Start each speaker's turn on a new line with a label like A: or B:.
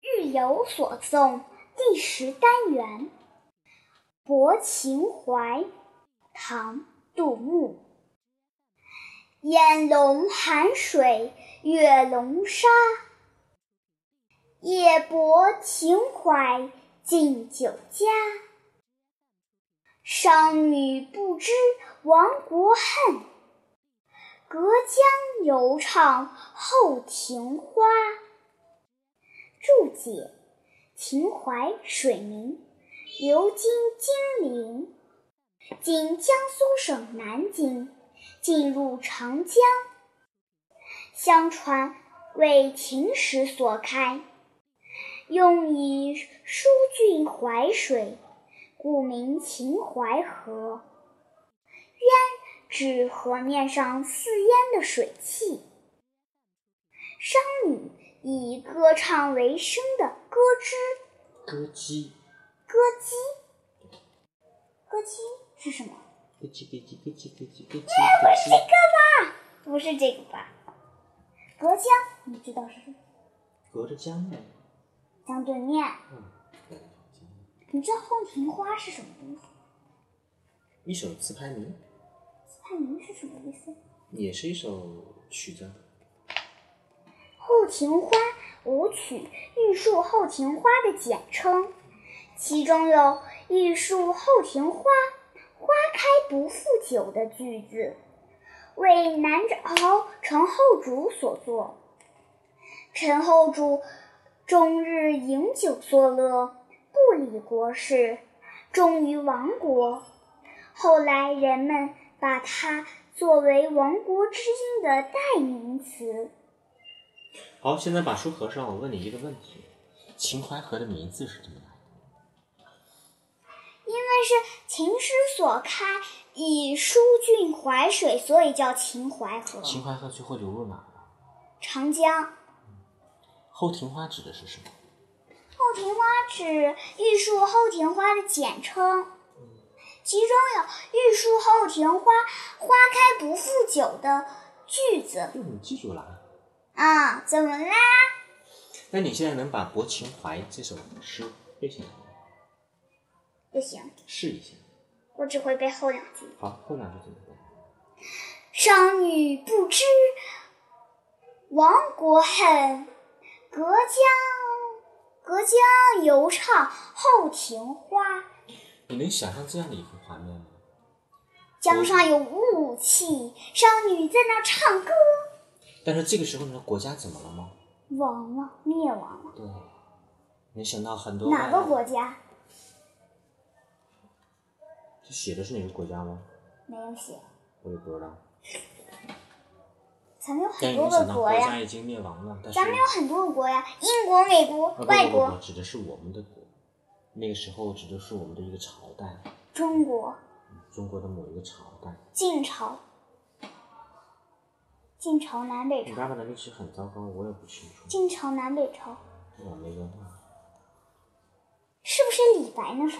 A: 日有所诵第十单元《泊秦淮》唐·杜牧。烟笼寒水月笼沙，夜泊秦淮近酒家。商女不知亡国恨，隔江犹唱后庭花。注解：秦淮水名，流经金陵，今江苏省南京，进入长江。相传为秦时所开，用以疏浚淮水，故名秦淮河。渊指河面上四淹的水汽。商女。以歌唱为生的歌
B: 之，歌姬，
A: 歌姬，歌姬是什么？
B: 咯叽咯叽咯叽咯叽咯叽。
A: 不是这个吧？不是这个吧？隔江，你知道是什么？
B: 隔着江面。
A: 江对面。
B: 嗯。
A: 你知道后庭花是什么东西？
B: 一首词牌名。
A: 词牌名是什么意思？
B: 也是一首曲子。
A: 后庭花舞曲玉树后庭花的简称，其中有“玉树后庭花，花开不复久”的句子，为南朝陈后主所作。陈后主终日饮酒作乐，不理国事，终于亡国。后来人们把它作为亡国之音的代名词。
B: 好，现在把书合上。我问你一个问题：秦淮河的名字是怎么来
A: 的？因为是秦时所开，以疏浚淮水，所以叫秦淮河。
B: 秦淮河最后流入哪儿？
A: 长江、
B: 嗯。后庭花指的是什么？
A: 后庭花指玉树后庭花的简称，其中有“玉树后庭花，花开不复久”的句子。
B: 就你记住了。
A: 啊、嗯，怎么啦？
B: 那你现在能把《泊秦淮》这首诗背下来吗？
A: 不行。
B: 试一下。
A: 我只会背后两句。
B: 好，后两句怎么背？
A: 商女不知亡国恨，隔江隔江犹唱后庭花。
B: 你能想象这样的一幅画面吗？
A: 江上有雾气，商女在那唱歌。
B: 但是这个时候呢，国家怎么了吗？
A: 亡了，啊灭亡了。
B: 对，能想到很多
A: 哪个国家？
B: 这写的是哪个国家吗？
A: 没有写。
B: 我也不知道。
A: 咱们有很多个国呀。
B: 国家已经灭亡了，但是
A: 咱们有很多个国呀，英国、美国、
B: 啊、
A: 外国。
B: 指的是我们的国，那个时候指的是我们的一个朝代。
A: 中国。
B: 嗯、中国的某一个朝代。
A: 晋朝。晋朝南北朝，
B: 你爸爸的历史很糟糕，我也不清楚。
A: 晋朝南北朝，
B: 我没文化，
A: 是不是李白那首？